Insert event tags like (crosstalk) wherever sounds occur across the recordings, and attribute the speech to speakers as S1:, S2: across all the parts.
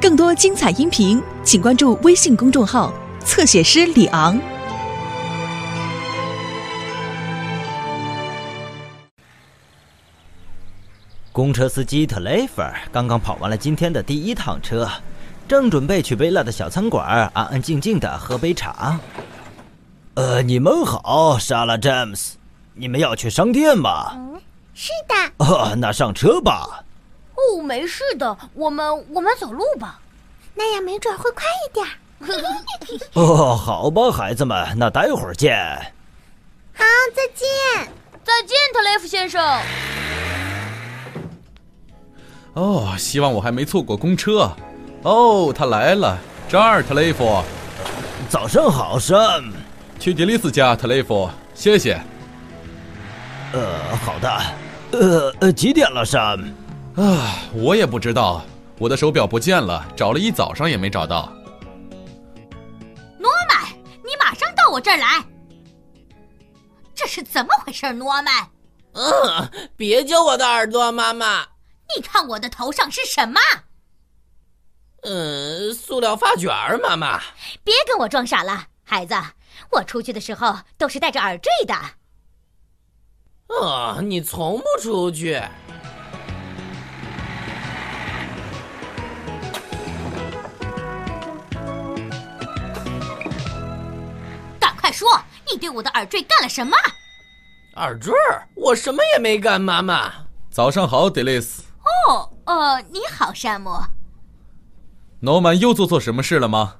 S1: 更多精彩音频，请关注微信公众号“侧写师李昂
S2: 公车司机特雷弗尔刚刚跑完了今天的第一趟车，正准备去贝勒的小餐馆安安静静的喝杯茶。呃，你们好，莎拉·詹姆斯，你们要去商店吗？
S3: 是的，
S2: 哦，那上车吧。
S4: 哦，没事的，我们我们走路吧。
S3: 那样没准会快一点儿。
S2: 哦，好吧，孩子们，那待会儿见。
S3: 好，再见。
S4: 再见，特雷弗先生。
S5: 哦，希望我还没错过公车。哦，他来了，这儿，特雷弗，
S2: 早上好，Sam。
S5: 去迪丽斯家，特雷弗，谢谢。
S2: 呃，好的。呃呃，几点了，Sam？
S5: 啊，我也不知道，我的手表不见了，找了一早上也没找到。
S4: 诺曼，你马上到我这儿来。这是怎么回事，诺曼？
S6: 嗯，别揪我的耳朵，妈妈。
S4: 你看我的头上是什么？
S6: 嗯，塑料发卷儿，妈妈。
S4: 别跟我装傻了，孩子。我出去的时候都是戴着耳坠的。
S6: 啊、你从不出去。
S4: 赶快说，你对我的耳坠干了什么？
S6: 耳坠儿，我什么也没干，妈妈。
S5: 早上好，迪丽斯。
S4: 哦，呃，你好，山姆。
S5: 诺曼又做错什么事了吗？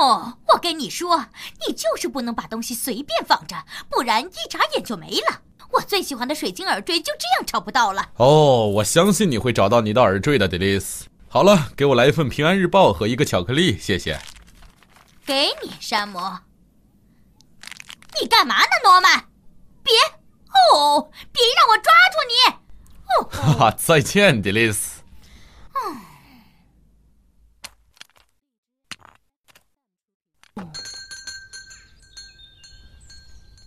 S4: 哦，我跟你说，你就是不能把东西随便放着，不然一眨眼就没了。我最喜欢的水晶耳坠就这样找不到了。
S5: 哦，我相信你会找到你的耳坠的，迪丽斯。好了，给我来一份《平安日报》和一个巧克力，谢谢。
S4: 给你，山姆。你干嘛呢，诺曼？别，哦，别让我抓住
S5: (laughs)
S4: 你！
S5: 哈哈，啊再见，迪丽斯。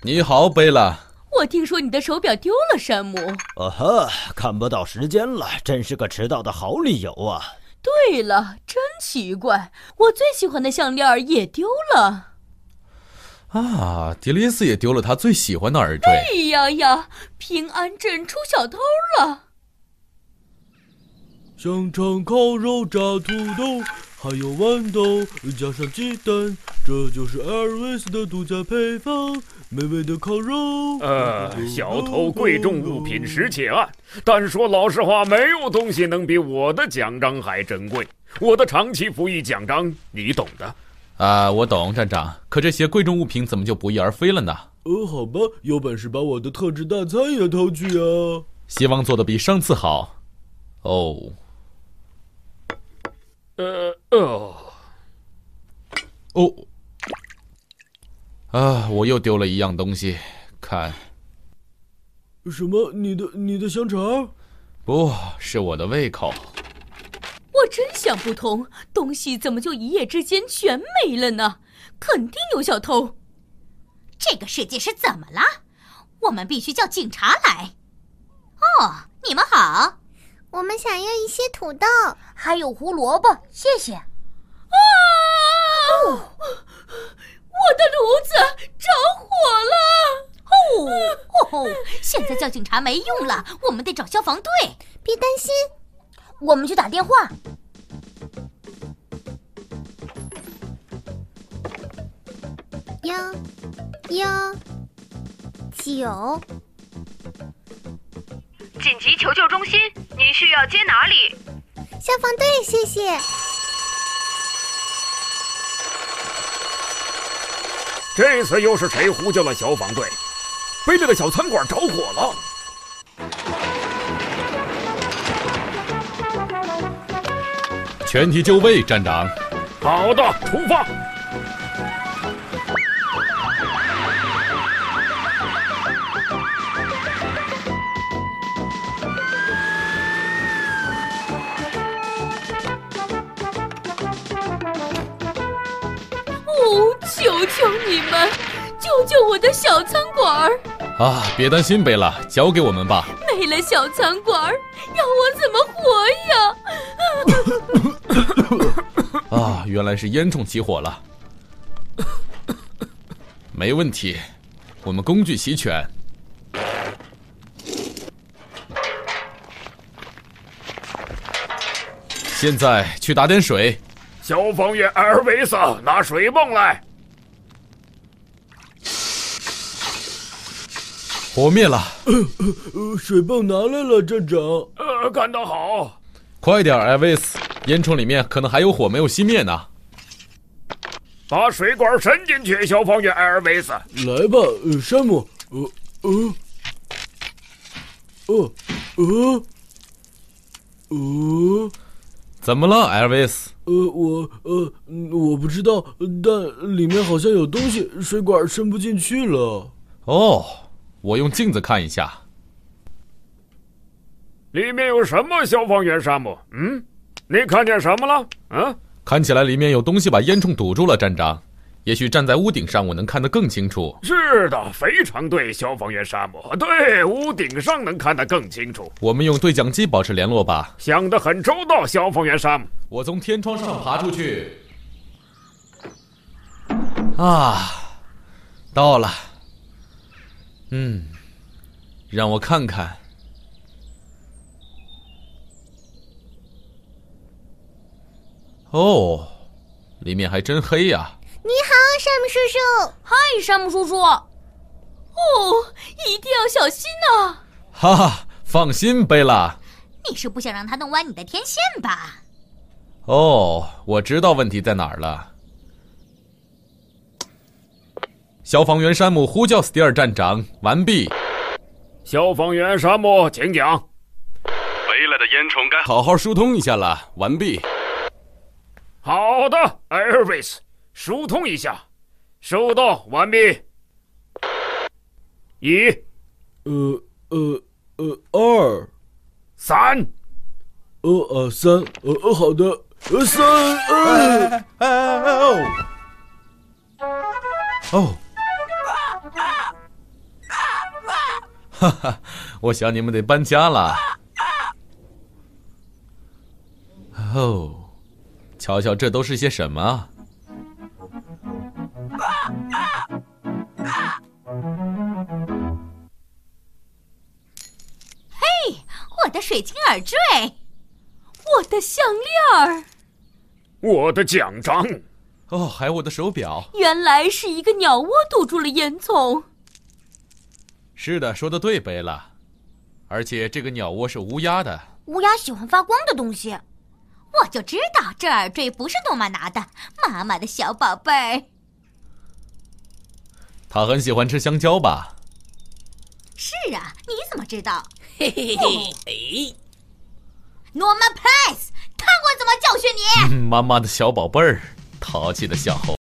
S5: 你好，贝拉。
S4: 我听说你的手表丢了，山姆。
S2: 哦呵，看不到时间了，真是个迟到的好理由啊。
S4: 对了，真奇怪，我最喜欢的项链也丢了。
S5: 啊，迪丽斯也丢了他最喜欢的耳坠。
S4: 哎呀呀，平安镇出小偷了！
S7: 香肠、烤肉、炸土豆，还有豌豆，加上鸡蛋，这就是艾尔维斯的独家配方，美味的烤肉。
S8: 呃，小偷贵重物品失窃案，但说老实话，没有东西能比我的奖章还珍贵。我的长期服役奖章，你懂的。
S5: 啊，我懂，站长。可这些贵重物品怎么就不翼而飞了呢？
S7: 呃，好吧，有本事把我的特制大餐也偷去啊！
S5: 希望做的比上次好。哦，
S8: 呃，哦，
S5: 哦，啊，我又丢了一样东西。看，
S7: 什么？你的你的香肠？
S5: 不是我的胃口。
S4: 我真想不通，东西怎么就一夜之间全没了呢？肯定有小偷。这个世界是怎么了？我们必须叫警察来。哦，你们好，
S3: 我们想要一些土豆，
S4: 还有胡萝卜，谢谢。啊！我的炉子着火了！哦，哦现在叫警察没用了，我们得找消防队。
S3: 别担心，
S4: 我们去打电话。
S3: 幺幺九。
S9: 紧急求救中心，您需要接哪里？
S3: 消防队，谢谢。
S8: 这次又是谁呼叫了消防队？贝勒的小餐馆着火了。
S5: 全体就位，站长。
S8: 好的，出发。
S4: 哦，求求你们，救救我的小餐馆儿！
S5: 啊，别担心，贝拉，交给我们吧。
S4: 没了小餐馆儿，让我怎么活呀？啊！
S5: 啊，原来是烟囱起火了。没问题，我们工具齐全。现在去打点水。
S8: 消防员阿尔维萨，拿水泵来！
S5: 火灭了，
S7: 呃，水泵拿来了，站长。
S8: 呃，干得好！
S5: 快点，艾维斯！烟囱里面可能还有火没有熄灭呢。
S8: 把水管伸进去，消防员阿尔维萨。
S7: 来吧，呃山姆。呃呃，哦呃呃
S5: 怎么了，艾维斯？
S7: 呃，我呃嗯我不知道，但里面好像有东西，水管伸不进去了。
S5: 哦，我用镜子看一下。
S8: 里面有什么？消防员山姆，嗯，你看见什么了？嗯，
S5: 看起来里面有东西把烟囱堵住了，站长。也许站在屋顶上，我能看得更清楚。
S8: 是的，非常对，消防员山姆，对，屋顶上能看得更清楚，
S5: 我们用对讲机保持联络吧。
S8: 想得很周到，消防员山姆。
S5: 我从天窗上爬出去。啊，到了。嗯，让我看看。哦，里面还真黑呀、
S3: 你好，山姆叔叔。
S4: 嗨，山姆叔叔。哦，一定要小心啊呐、
S5: 哈哈，放心，贝拉。
S4: 你是不想让他弄弯你的天线吧？
S5: 哦，我知道问题在哪儿了。消防员山姆呼叫斯蒂尔站长，完毕。
S8: 消防员山姆，请讲。
S10: 飞来的烟囱该
S5: 好好疏通一下了，完毕。
S8: 好的 e r v i s 疏通一下。收到，完毕。一、
S7: 呃呃呃，二
S8: 三，
S7: 呃呃三呃呃好的呃三呃。
S5: 哦哦，哈哈，我想你们得搬家了。哦，瞧瞧这都是些什么啊？
S4: 我的水晶耳坠，我的项链儿，
S8: 我的奖章。
S5: 哦，还有我的手表。
S4: 原来是一个鸟窝堵住了烟囱。
S5: 是的，说的对，贝拉。而且这个鸟窝是乌鸦的。
S3: 乌鸦喜欢发光的东西。
S4: 我就知道这耳坠不是诺玛拿的，妈妈的小宝贝儿。
S5: 它很喜欢吃香蕉吧？
S4: 是啊，你怎么知道？哦
S6: 嘿嘿哎嘿，
S4: Norman Price，看我怎么教训你！
S5: 嗯妈妈的小宝贝儿，淘气的小猴。